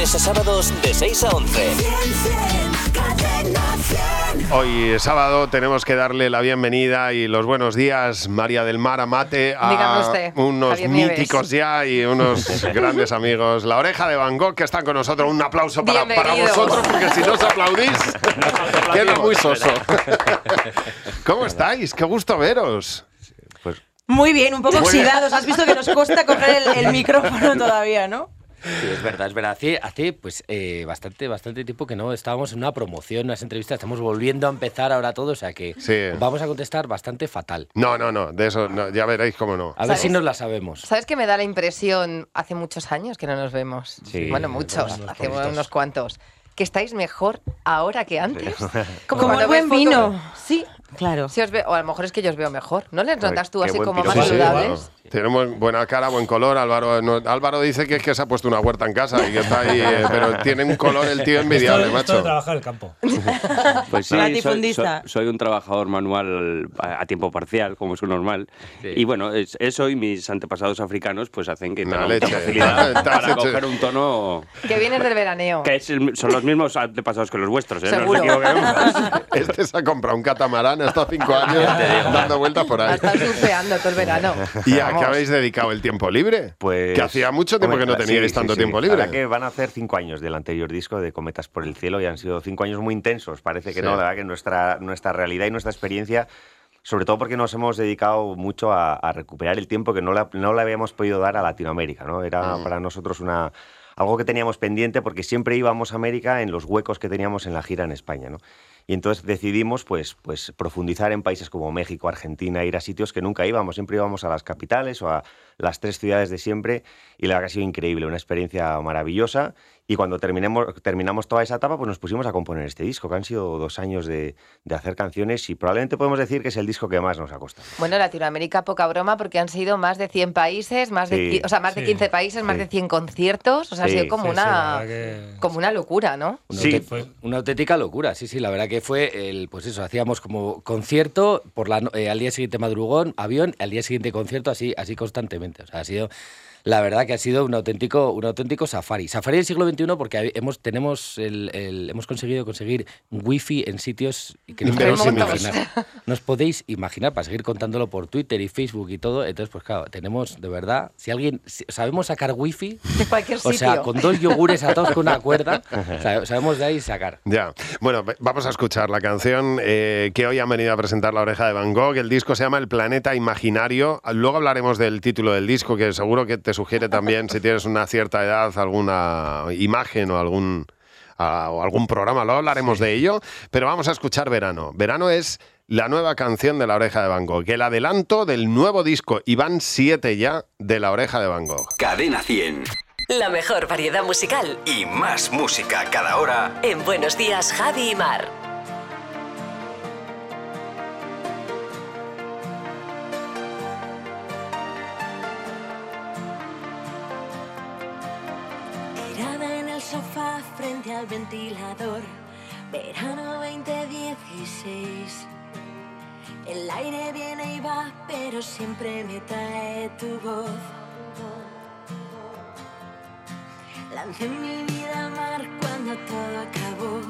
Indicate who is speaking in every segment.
Speaker 1: a sábados de 6 a 11.
Speaker 2: Hoy es sábado tenemos que darle la bienvenida y los buenos días, María del Mar Amate,
Speaker 3: Dígame
Speaker 2: a
Speaker 3: usted,
Speaker 2: unos
Speaker 3: Javier Nieves.
Speaker 2: míticos ya y unos grandes amigos. La oreja de Van Gogh que están con nosotros. Un aplauso para, para
Speaker 3: Bienvenidos.
Speaker 2: vosotros, porque si no os aplaudís, queda muy soso. ¿Cómo estáis? Qué gusto veros.
Speaker 4: Muy bien, un poco
Speaker 2: Muy bien.
Speaker 4: oxidados. Has visto que nos cuesta coger el, el micrófono todavía, ¿no?
Speaker 5: Sí, es verdad, es verdad. Hace, hace pues eh, bastante, bastante tiempo que no estábamos en una promoción, unas entrevistas, estamos volviendo a empezar ahora todo, o sea que
Speaker 2: Sí.
Speaker 5: vamos a contestar bastante fatal.
Speaker 2: No, no, no, de eso no, ya veréis cómo no.
Speaker 5: A ver
Speaker 3: ¿Sabes?
Speaker 5: si nos la sabemos.
Speaker 3: ¿Sabes que me da la impresión? Hace muchos años que no nos vemos.
Speaker 5: Sí,
Speaker 3: bueno,
Speaker 5: unos
Speaker 3: muchos, hace
Speaker 5: poquitos.
Speaker 3: unos cuantos. Que estáis mejor ahora que antes.
Speaker 4: Como
Speaker 3: cuando
Speaker 4: el buen
Speaker 3: ves fotos-
Speaker 4: vino.
Speaker 3: Sí.
Speaker 4: Claro.
Speaker 3: sí os ve- o a lo mejor es que yo os veo mejor. ¿No les notas tú
Speaker 6: qué
Speaker 3: así
Speaker 6: buen
Speaker 3: como
Speaker 6: piropo.
Speaker 3: más
Speaker 6: Sí, sí,
Speaker 3: saludables?
Speaker 2: Tenemos buena cara, buen color. Álvaro, no- Álvaro dice que es que se ha puesto una huerta en casa y que está ahí, eh, pero tiene un color el tío envidiable,
Speaker 7: Esto- esto de
Speaker 2: macho.
Speaker 7: trabajar el campo.
Speaker 6: Pues sí, soy, soy,
Speaker 4: Latifundista.
Speaker 6: soy un trabajador manual a a tiempo parcial, como es lo normal.
Speaker 5: Sí.
Speaker 6: Y bueno, es- eso y mis antepasados africanos pues hacen que
Speaker 2: Una
Speaker 6: tenga
Speaker 2: leche.
Speaker 6: mucha facilidad
Speaker 2: Estás
Speaker 6: para
Speaker 2: hecho-
Speaker 6: coger un tono
Speaker 3: Que vienes del veraneo.
Speaker 6: que es el- son los mismos antepasados que los vuestros, ¿eh? No os
Speaker 3: Seguro.
Speaker 6: equivoquéis.
Speaker 2: Este se ha comprado un catamarán hasta cinco años dando vueltas por
Speaker 3: Ha
Speaker 2: ahí.
Speaker 3: estado surfeando todo el verano.
Speaker 2: ¿Y a qué habéis dedicado el tiempo libre?
Speaker 6: Pues-
Speaker 2: que hacía mucho tiempo que no
Speaker 6: Hombre, sí,
Speaker 2: teníais
Speaker 6: sí,
Speaker 2: tanto
Speaker 6: sí.
Speaker 2: tiempo
Speaker 6: La
Speaker 2: libre.
Speaker 6: verdad que van a hacer cinco años del anterior disco de Cometas por el Cielo y han sido cinco años muy intensos. Parece que
Speaker 2: Sí.
Speaker 6: no, la verdad que nuestra, nuestra realidad y nuestra experiencia, sobre todo porque nos hemos dedicado mucho a, a recuperar el tiempo que no, la- no le habíamos podido dar a Latinoamérica. ¿no? Era
Speaker 2: Mm.
Speaker 6: para nosotros una... Algo que teníamos pendiente porque siempre íbamos a América en los huecos que teníamos en la gira en España, ¿no? Y entonces decidimos pues, pues, profundizar en países como México, Argentina, ir a sitios que nunca íbamos. Siempre íbamos a las capitales o a las tres ciudades de siempre y la verdad que ha sido increíble, una experiencia maravillosa. Y cuando terminemos, terminamos toda esa etapa, pues nos pusimos a componer este disco, que han sido dos años de, de hacer canciones y probablemente podemos decir que es el disco que más nos ha costado.
Speaker 3: Bueno, Latinoamérica, poca broma, porque han sido más de 100 países, más de,
Speaker 6: Sí.
Speaker 3: qui- o sea, más de
Speaker 7: Sí.
Speaker 3: 15 países, más
Speaker 6: Sí.
Speaker 3: de 100 conciertos. O sea,
Speaker 6: Sí.
Speaker 3: ha sido como,
Speaker 7: Sí, sí,
Speaker 3: una,
Speaker 7: la verdad que-
Speaker 3: como una locura, ¿no?
Speaker 5: Una
Speaker 6: Sí,
Speaker 5: auténtica-
Speaker 7: fue-
Speaker 5: una auténtica locura, sí, sí, la verdad que fue el, pues eso, hacíamos como concierto, por la, no- eh, al día siguiente madrugón, avión, al día siguiente concierto, así, así constantemente. O sea, ha sido, la verdad que ha sido un auténtico, un auténtico safari. Safari del siglo XXI porque hay- hemos, tenemos el- el- hemos conseguido conseguir wifi en sitios que no os
Speaker 3: Remotos.
Speaker 5: podéis imaginar. No os podéis imaginar para seguir contándolo por Twitter y Facebook y todo. Entonces, pues claro, tenemos de verdad, si alguien, si- sabemos sacar wifi
Speaker 3: De cualquier
Speaker 5: o
Speaker 3: sitio.
Speaker 5: sea, con dos yogures atados con una cuerda, sa- sabemos de ahí sacar.
Speaker 2: Ya. Bueno, ve- vamos a escuchar la canción eh, que hoy han venido a presentar La Oreja de Van Gogh. El disco se llama El Planeta Imaginario. Luego hablaremos del título del disco, que seguro que te sugiere también, si tienes una cierta edad, alguna imagen o algún, a- o algún programa. Luego hablaremos de ello. Pero vamos a escuchar Verano. Verano es la nueva canción de La Oreja de Van Gogh, el adelanto del nuevo disco. Y van siete ya de La Oreja de Van Gogh.
Speaker 8: Cadena 100.
Speaker 9: La mejor variedad musical
Speaker 8: Y más música cada hora.
Speaker 9: en Buenos Días, Javi y Mar.
Speaker 10: Tirada en el sofá frente al ventilador, verano 2016. El aire viene y va, pero siempre me trae tu voz. Lancé mi vida a mar cuando todo acabó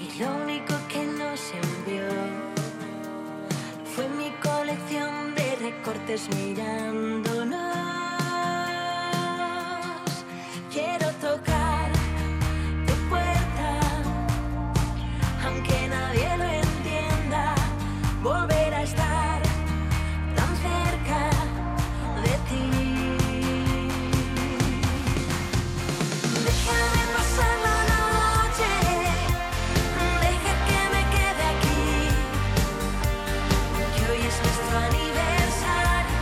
Speaker 10: y lo único que nos envió fue mi colección de recortes mirándonos. Quiero tocar tu puerta, aunque nadie lo entienda, volver a estar tan cerca de ti. Déjame pasar la noche, deja que me quede aquí, que hoy es nuestro aniversario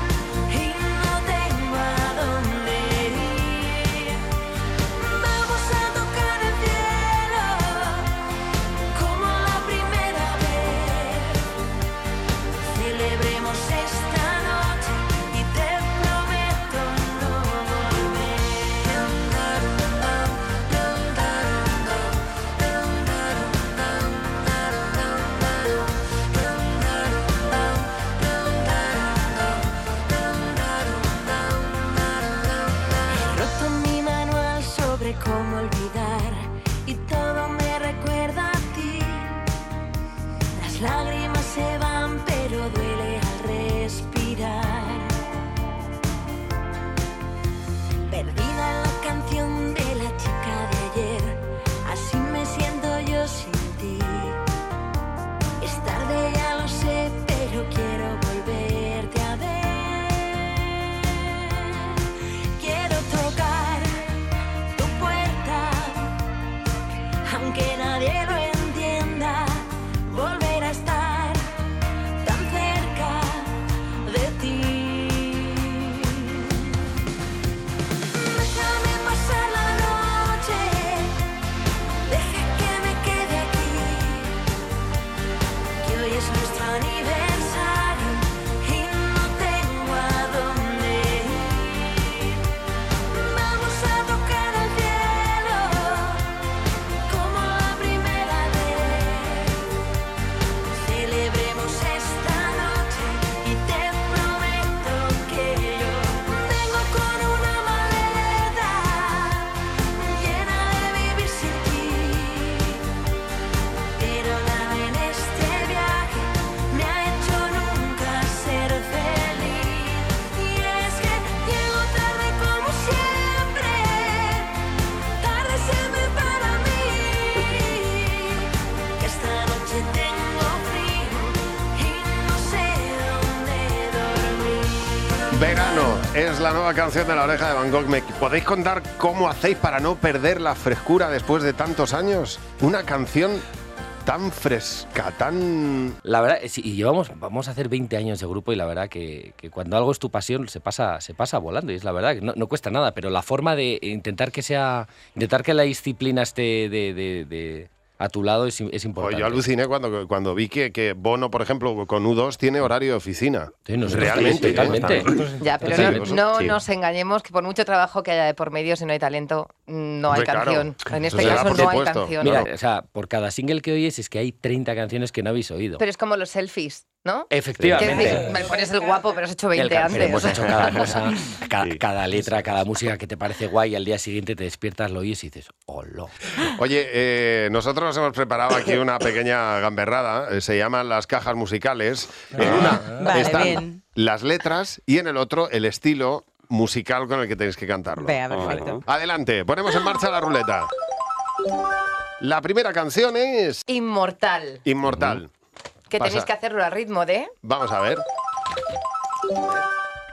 Speaker 10: y no tengo a dónde ir. Vamos a tocar el cielo como la primera vez. Celebremos esta noche y te prometo no volver. He roto mi manual sobre cómo olvidar este
Speaker 2: Verano es la nueva canción de la oreja de Van Gogh. ¿Me podéis contar cómo hacéis para no perder la frescura después de tantos años? Una canción tan fresca, tan...
Speaker 5: La verdad, eh, sí, y llevamos, vamos a hacer 20 años de grupo y la verdad que, que cuando algo es tu pasión se pasa, se pasa volando y es la verdad que no, no cuesta nada, pero la forma de intentar que sea, intentar que la disciplina esté de, de- de- a tu lado es, es importante.
Speaker 2: Pues yo aluciné cuando, cuando vi que, que Bono, por ejemplo, con U2 tiene horario de oficina.
Speaker 5: Sí, nosotros
Speaker 2: Realmente.
Speaker 5: sí, totalmente.
Speaker 2: ¿eh?
Speaker 3: Ya, pero
Speaker 5: Sí,
Speaker 3: no,
Speaker 5: sí.
Speaker 3: no
Speaker 6: Sí.
Speaker 3: nos engañemos que por mucho trabajo que haya de por medio, si no hay talento, no hay
Speaker 2: Hombre, claro.
Speaker 3: canción. En
Speaker 2: Eso
Speaker 3: este
Speaker 2: será,
Speaker 3: caso no
Speaker 2: por
Speaker 3: hay
Speaker 2: supuesto.
Speaker 3: canción.
Speaker 5: Mira,
Speaker 2: Claro.
Speaker 5: o sea, por cada single que oyes es que hay 30 canciones que no habéis oído.
Speaker 3: Pero es como los selfies, ¿no? Quiero
Speaker 5: Efectivamente.
Speaker 3: decir, me pones el guapo, pero has hecho
Speaker 5: El
Speaker 3: 20
Speaker 5: cáncer,
Speaker 3: antes.
Speaker 5: Hemos hecho cada cosa, cada,
Speaker 6: Sí.
Speaker 5: cada letra, cada música que te parece guay, y al día siguiente te despiertas, lo oyes y dices, hola.
Speaker 2: Oye, eh, nosotros hemos preparado aquí una pequeña gamberrada. eh, Se llaman las cajas musicales. En una
Speaker 4: Ah, Vale,
Speaker 2: están
Speaker 4: bien.
Speaker 2: las letras y en el otro el estilo musical con el que tenéis que cantarlo.
Speaker 4: Vea, perfecto.
Speaker 2: Adelante, ponemos en marcha la ruleta. La primera canción es
Speaker 3: Inmortal.
Speaker 2: Inmortal.
Speaker 3: Que
Speaker 2: Pasa.
Speaker 3: tenéis que hacerlo a ritmo de.
Speaker 2: Vamos a ver.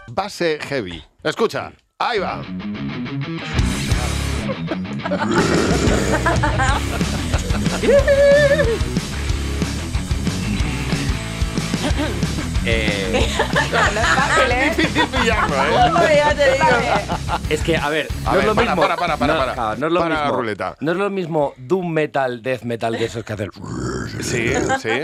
Speaker 2: Base heavy. Escucha, ahí va. Eh, Es difícil pillarlo, ¿eh?
Speaker 4: Hombre, ya te digo.
Speaker 5: Es que, a ver, no
Speaker 2: A
Speaker 5: es
Speaker 2: ver,
Speaker 5: lo
Speaker 2: para,
Speaker 5: mismo.
Speaker 2: para, para, para,
Speaker 5: no,
Speaker 2: para.
Speaker 5: claro, no es lo
Speaker 2: Para la
Speaker 5: mismo.
Speaker 2: ruleta.
Speaker 5: No es lo mismo Doom Metal, Death Metal de esos que hacen.
Speaker 2: Sí, sí.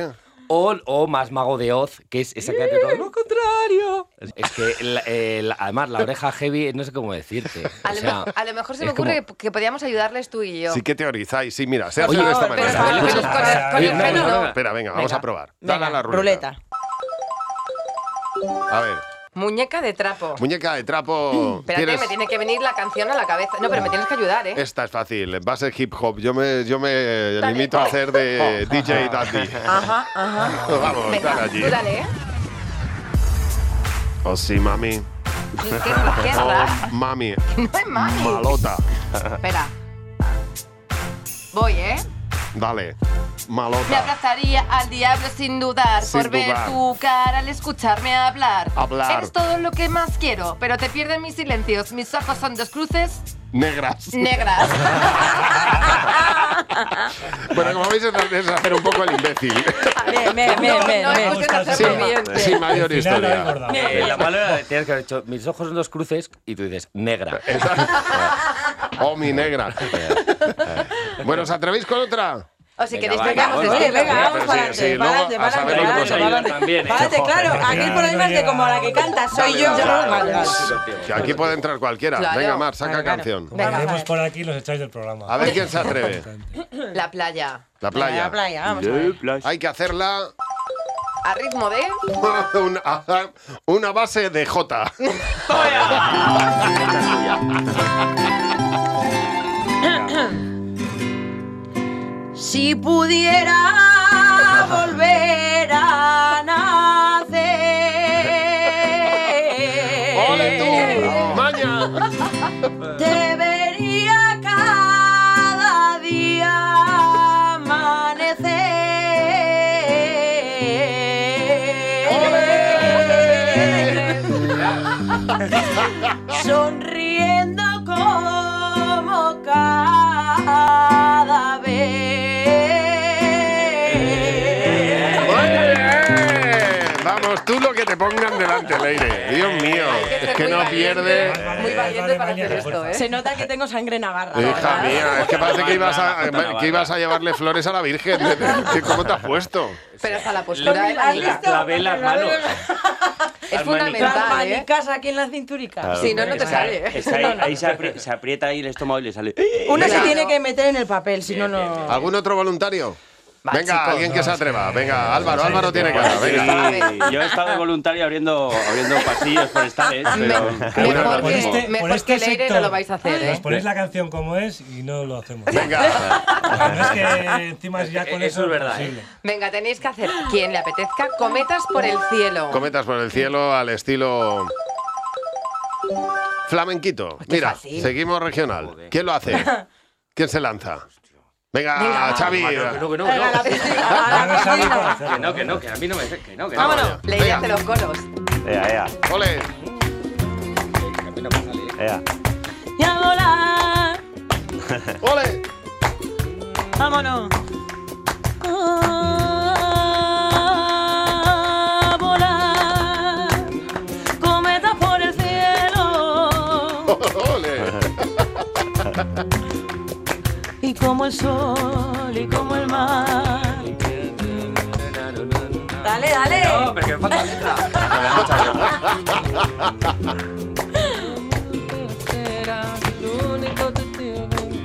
Speaker 5: O, o más Mago de Oz, que es exactamente todo lo contrario. Es- Es que, la- eh, la- además, la oreja heavy, no sé cómo decirte.
Speaker 3: A,
Speaker 5: O
Speaker 3: lo,
Speaker 5: sea,
Speaker 3: me- a lo mejor se me
Speaker 5: es como-
Speaker 3: ocurre que, que podíamos ayudarles tú y yo.
Speaker 2: Sí que teorizáis. Sí, mira, se hace
Speaker 5: Oye,
Speaker 2: de esta
Speaker 3: pero
Speaker 2: manera.
Speaker 3: con- con- con- con el
Speaker 5: Oye, no,
Speaker 3: genio
Speaker 5: no, no,
Speaker 3: no.
Speaker 2: Espera, venga, vamos
Speaker 4: Venga.
Speaker 2: a probar. Dale
Speaker 4: Venga,
Speaker 2: a la ruleta.
Speaker 4: ruleta.
Speaker 2: A ver,
Speaker 3: Muñeca de trapo.
Speaker 2: muñeca de trapo.
Speaker 3: Espérate,
Speaker 2: ¿quieres?
Speaker 3: me tiene que venir la canción a la cabeza. No, pero me tienes que ayudar, ¿eh?
Speaker 2: Esta es fácil, va a ser hip hop. Yo me, yo me
Speaker 3: Dale. Oh.
Speaker 2: limito a hacer de DJ Daddy.
Speaker 3: Ajá, ajá.
Speaker 2: Vamos,
Speaker 3: Venga,
Speaker 2: dale allí.
Speaker 3: tú dale, ¿eh?
Speaker 2: Oh, sí, mami.
Speaker 3: Qué, qué, qué raro.
Speaker 2: Oh, mami.
Speaker 3: No es mami.
Speaker 2: Malota.
Speaker 3: Espera. Voy, ¿eh?
Speaker 2: Dale.
Speaker 3: Me
Speaker 2: Malota.
Speaker 3: abrazaría al diablo sin dudar
Speaker 2: Sin
Speaker 3: por ver
Speaker 2: dudar.
Speaker 3: tu cara al escucharme hablar.
Speaker 2: Hablar.
Speaker 3: Eres todo lo que más quiero, pero te pierden mis silencios. Mis ojos son dos cruces
Speaker 2: Negras.
Speaker 3: negras.
Speaker 2: Bueno, como veis, es es hacer un poco el imbécil.
Speaker 4: Bien, bien, bien,
Speaker 3: no,
Speaker 4: bien,
Speaker 3: no,
Speaker 4: bien.
Speaker 3: hemos tenido que
Speaker 2: Sin,
Speaker 3: hacerlo bien.
Speaker 2: sin mayor historia.
Speaker 5: Eh, la palabra tienes que haber hecho, mis ojos son dos cruces, y tú dices, negra.
Speaker 2: Oh, mi negra. Bueno, ¿os atrevéis con otra?
Speaker 3: O si
Speaker 5: Venga,
Speaker 3: queréis
Speaker 5: va,
Speaker 3: que este hagamos
Speaker 5: vamos,
Speaker 3: esto.
Speaker 4: Oye, venga,
Speaker 2: Pero
Speaker 4: vamos
Speaker 2: sí,
Speaker 4: para adelante,
Speaker 2: sí, luego
Speaker 4: para adelante,
Speaker 2: a
Speaker 4: para
Speaker 2: saber lo que
Speaker 4: adelante,
Speaker 2: nos
Speaker 4: para
Speaker 2: ayudan
Speaker 4: adelante.
Speaker 5: también, ¿eh?
Speaker 4: Para adelante, claro, aquí el problema es que como la que canta soy
Speaker 2: Dale,
Speaker 4: yo,
Speaker 2: dale, dale.
Speaker 4: vale, vale.
Speaker 2: Que aquí puede entrar cualquiera.
Speaker 3: Claro.
Speaker 2: Venga, Mar, saca
Speaker 3: Claro, claro.
Speaker 2: canción.
Speaker 3: Venga,
Speaker 7: Vemos
Speaker 3: vale.
Speaker 7: por aquí los echáis del programa.
Speaker 2: A ver quién se atreve.
Speaker 3: La playa.
Speaker 2: La
Speaker 4: Venga,
Speaker 2: playa.
Speaker 4: La playa, vamos a ver.
Speaker 2: Hay que hacerla
Speaker 3: A ritmo de.
Speaker 2: una, una base de J.
Speaker 4: Si pudiera volver a nacer.
Speaker 2: ¡Ole tú! ¡Maña!
Speaker 4: Te vería cada día amanecer. Sonriendo como cada vez.
Speaker 2: ¡Ole! Vamos, tú lo que te pongan delante, Leire. Dios mío, es que no pierde. Eh,
Speaker 3: Muy valiente
Speaker 7: Vale,
Speaker 3: para
Speaker 7: vale,
Speaker 3: hacer esto, ¿eh?
Speaker 4: Se nota que tengo sangre navarra.
Speaker 2: Hija
Speaker 4: ¿verdad?
Speaker 2: mía, es que parece que ibas a, eh,
Speaker 5: Navarra.
Speaker 2: que ibas a llevarle flores a la Virgen. ¿Qué- ¿Cómo te has puesto?
Speaker 3: Pero hasta la
Speaker 4: Con
Speaker 3: postura
Speaker 4: mi-
Speaker 3: de
Speaker 4: ¿Has
Speaker 3: Vanilla.
Speaker 4: visto?
Speaker 5: Clavé las manos.
Speaker 3: Es
Speaker 4: Las
Speaker 3: fundamental, ¿eh?
Speaker 4: manicas aquí en la cinturica.
Speaker 3: Si no, no te sale. ¿eh?
Speaker 11: Está ahí, ahí se, apri- se aprieta ahí el estómago y le sale.
Speaker 4: Uno se
Speaker 2: Venga.
Speaker 4: tiene que meter en el papel, si no, no.
Speaker 2: ¿Algún otro voluntario?
Speaker 3: Va,
Speaker 2: Venga,
Speaker 3: chicos.
Speaker 2: alguien que se atreva. Venga, Álvaro, Álvaro tiene cara. Venga.
Speaker 11: Sí, yo he estado de voluntario abriendo, abriendo pasillos forestales, pero.
Speaker 3: Me-
Speaker 11: pero
Speaker 2: bueno,
Speaker 3: mejor
Speaker 2: por
Speaker 3: que,
Speaker 7: este-
Speaker 3: mejor
Speaker 7: por este
Speaker 3: que Leire no
Speaker 7: sector.
Speaker 3: lo vais a hacer,
Speaker 7: Nos
Speaker 3: ¿eh?
Speaker 7: ponéis la canción como es y no lo hacemos.
Speaker 2: Venga.
Speaker 7: No es que encima ya con eso,
Speaker 5: Eso es verdad, ¿eh?
Speaker 7: imposible.
Speaker 3: Venga, tenéis que hacer quien le apetezca cometas por el cielo.
Speaker 2: Cometas por el cielo al estilo flamenquito. Mira,
Speaker 3: fácil.
Speaker 2: seguimos regional. ¿Quién lo hace? ¿Quién se lanza? Venga, Xavi.
Speaker 5: No, que no,
Speaker 4: Venga, a la
Speaker 5: que
Speaker 4: piscina, a
Speaker 7: No
Speaker 4: la
Speaker 7: sabe cómo
Speaker 4: piscina.
Speaker 7: hacerlo.
Speaker 5: no, que no, que a mí no me. Que no, que no.
Speaker 3: Vámonos, Leire
Speaker 2: Venga.
Speaker 3: hace los coros.
Speaker 6: Ea, ea.
Speaker 2: Ole.
Speaker 6: Ea.
Speaker 4: Y a volar.
Speaker 2: ¡Ole!
Speaker 4: ¡Vámonos! A volar, cometas por el cielo. Y como el sol, y como el mar. Dale, dale.
Speaker 11: No, pero que me falta letra.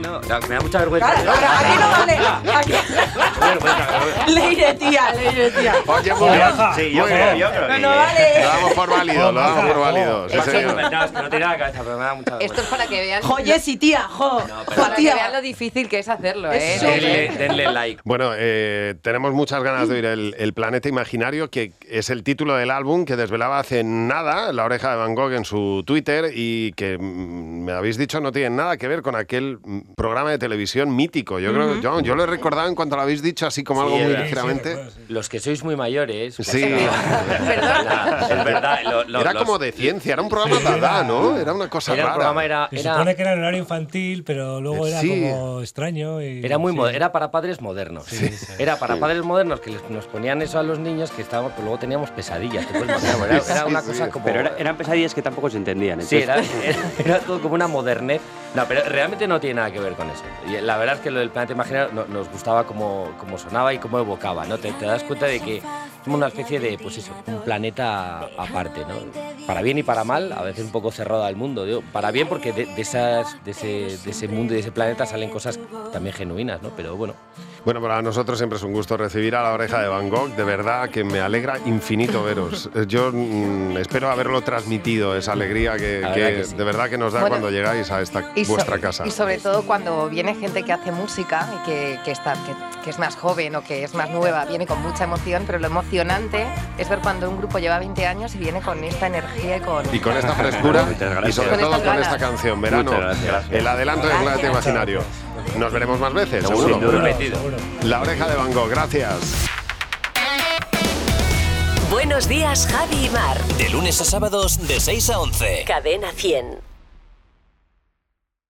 Speaker 11: No, no, me da mucha vergüenza.
Speaker 4: Claro, claro, aquí no vale. Aquí. Leire, tía, leire, tía.
Speaker 2: Oye, muy bien.
Speaker 6: Sí, yo
Speaker 2: Muy
Speaker 6: creo,
Speaker 2: bien.
Speaker 6: yo creo
Speaker 4: No,
Speaker 6: que-
Speaker 4: no vale.
Speaker 2: Lo damos por válido, lo damos por válido. Sí,
Speaker 11: Pasa que
Speaker 2: señor.
Speaker 11: me- No, es que no tiene nada de cabeza, pero me da mucha
Speaker 3: Esto es
Speaker 11: vergüenza.
Speaker 3: para que vean,
Speaker 4: Jo, Jessy, tía, jo. jo,
Speaker 3: para que vean
Speaker 4: tía.
Speaker 3: lo difícil que es hacerlo, ¿eh?
Speaker 4: Es
Speaker 11: Denle, denle like.
Speaker 2: Bueno, eh, tenemos muchas ganas de oír el, el Planeta Imaginario, que es el título del álbum que desvelaba hace nada La Oreja de Van Gogh en su Twitter y que mm, me habéis dicho no tiene nada que ver con aquel mm, programa de televisión mítico. Yo creo, yo, yo lo he recordado en cuanto lo habéis dicho, así como
Speaker 5: Sí,
Speaker 2: algo muy
Speaker 5: era.
Speaker 2: ligeramente.
Speaker 5: Los que sois muy mayores. pues,
Speaker 2: Sí.
Speaker 11: Nada, es verdad. lo- lo-
Speaker 2: era
Speaker 11: los-
Speaker 2: como de ciencia, era un programa de edad, ¿no? Era una cosa
Speaker 5: Era, el
Speaker 2: rara.
Speaker 5: programa era,
Speaker 7: Se
Speaker 5: era-
Speaker 7: supone que era en horario infantil, pero luego era
Speaker 2: Sí.
Speaker 7: como extraño. Y,
Speaker 5: Era muy
Speaker 7: sí.
Speaker 5: mo- era para padres modernos. Era para padres modernos que les- nos ponían eso a los niños que estábamos, pero luego teníamos pesadillas. te puedes imaginar, era, era una cosa como.
Speaker 11: Pero era- eran pesadillas que tampoco se entendían.
Speaker 5: Sí,
Speaker 11: entonces-
Speaker 5: era, era- era todo como una modernez. No, pero realmente no tiene nada que ver con eso. Y la verdad es que lo del planeta imaginario no- nos gustaba cómo, cómo sonaba y cómo evocaba, ¿no? Te, te das cuenta de que somos una especie de, pues eso, un planeta aparte, ¿no? Para bien y para mal, a veces un poco cerrado al mundo. digo, para bien porque de, de esas, de, ese, de ese mundo y de ese planeta salen cosas también genuinas, ¿no? Pero bueno,
Speaker 2: Bueno, para nosotros siempre es un gusto recibir a la oreja de Van Gogh. De verdad que me alegra infinito veros. Eh, Yo mm, espero haberlo transmitido, esa alegría que,
Speaker 5: La
Speaker 2: que
Speaker 5: verdad que sí.
Speaker 2: de verdad que nos da
Speaker 3: Bueno,
Speaker 2: cuando llegáis a esta
Speaker 3: Y so-
Speaker 2: vuestra casa.
Speaker 3: Y sobre todo cuando viene gente que hace música y que, que está, que, que es más joven o que es más nueva, viene con mucha emoción, pero lo emocionante es ver cuando un grupo lleva 20 años y viene con esta energía y con...
Speaker 2: Y con esta frescura
Speaker 6: Muchas gracias.
Speaker 2: y sobre
Speaker 3: Con
Speaker 2: todo
Speaker 3: estas
Speaker 2: con
Speaker 3: ganas.
Speaker 2: esta canción, verano.
Speaker 6: Muchas gracias.
Speaker 2: El adelanto del planeta
Speaker 3: Gracias.
Speaker 2: imaginario. Nos veremos más veces,
Speaker 6: Seguro.
Speaker 2: seguro.
Speaker 6: Sin duda.
Speaker 7: Seguro, seguro.
Speaker 2: La oreja de Van Gogh, gracias.
Speaker 9: Buenos días, Javi y Mar.
Speaker 1: De lunes a sábados de 6 a 11.
Speaker 9: Cadena 100.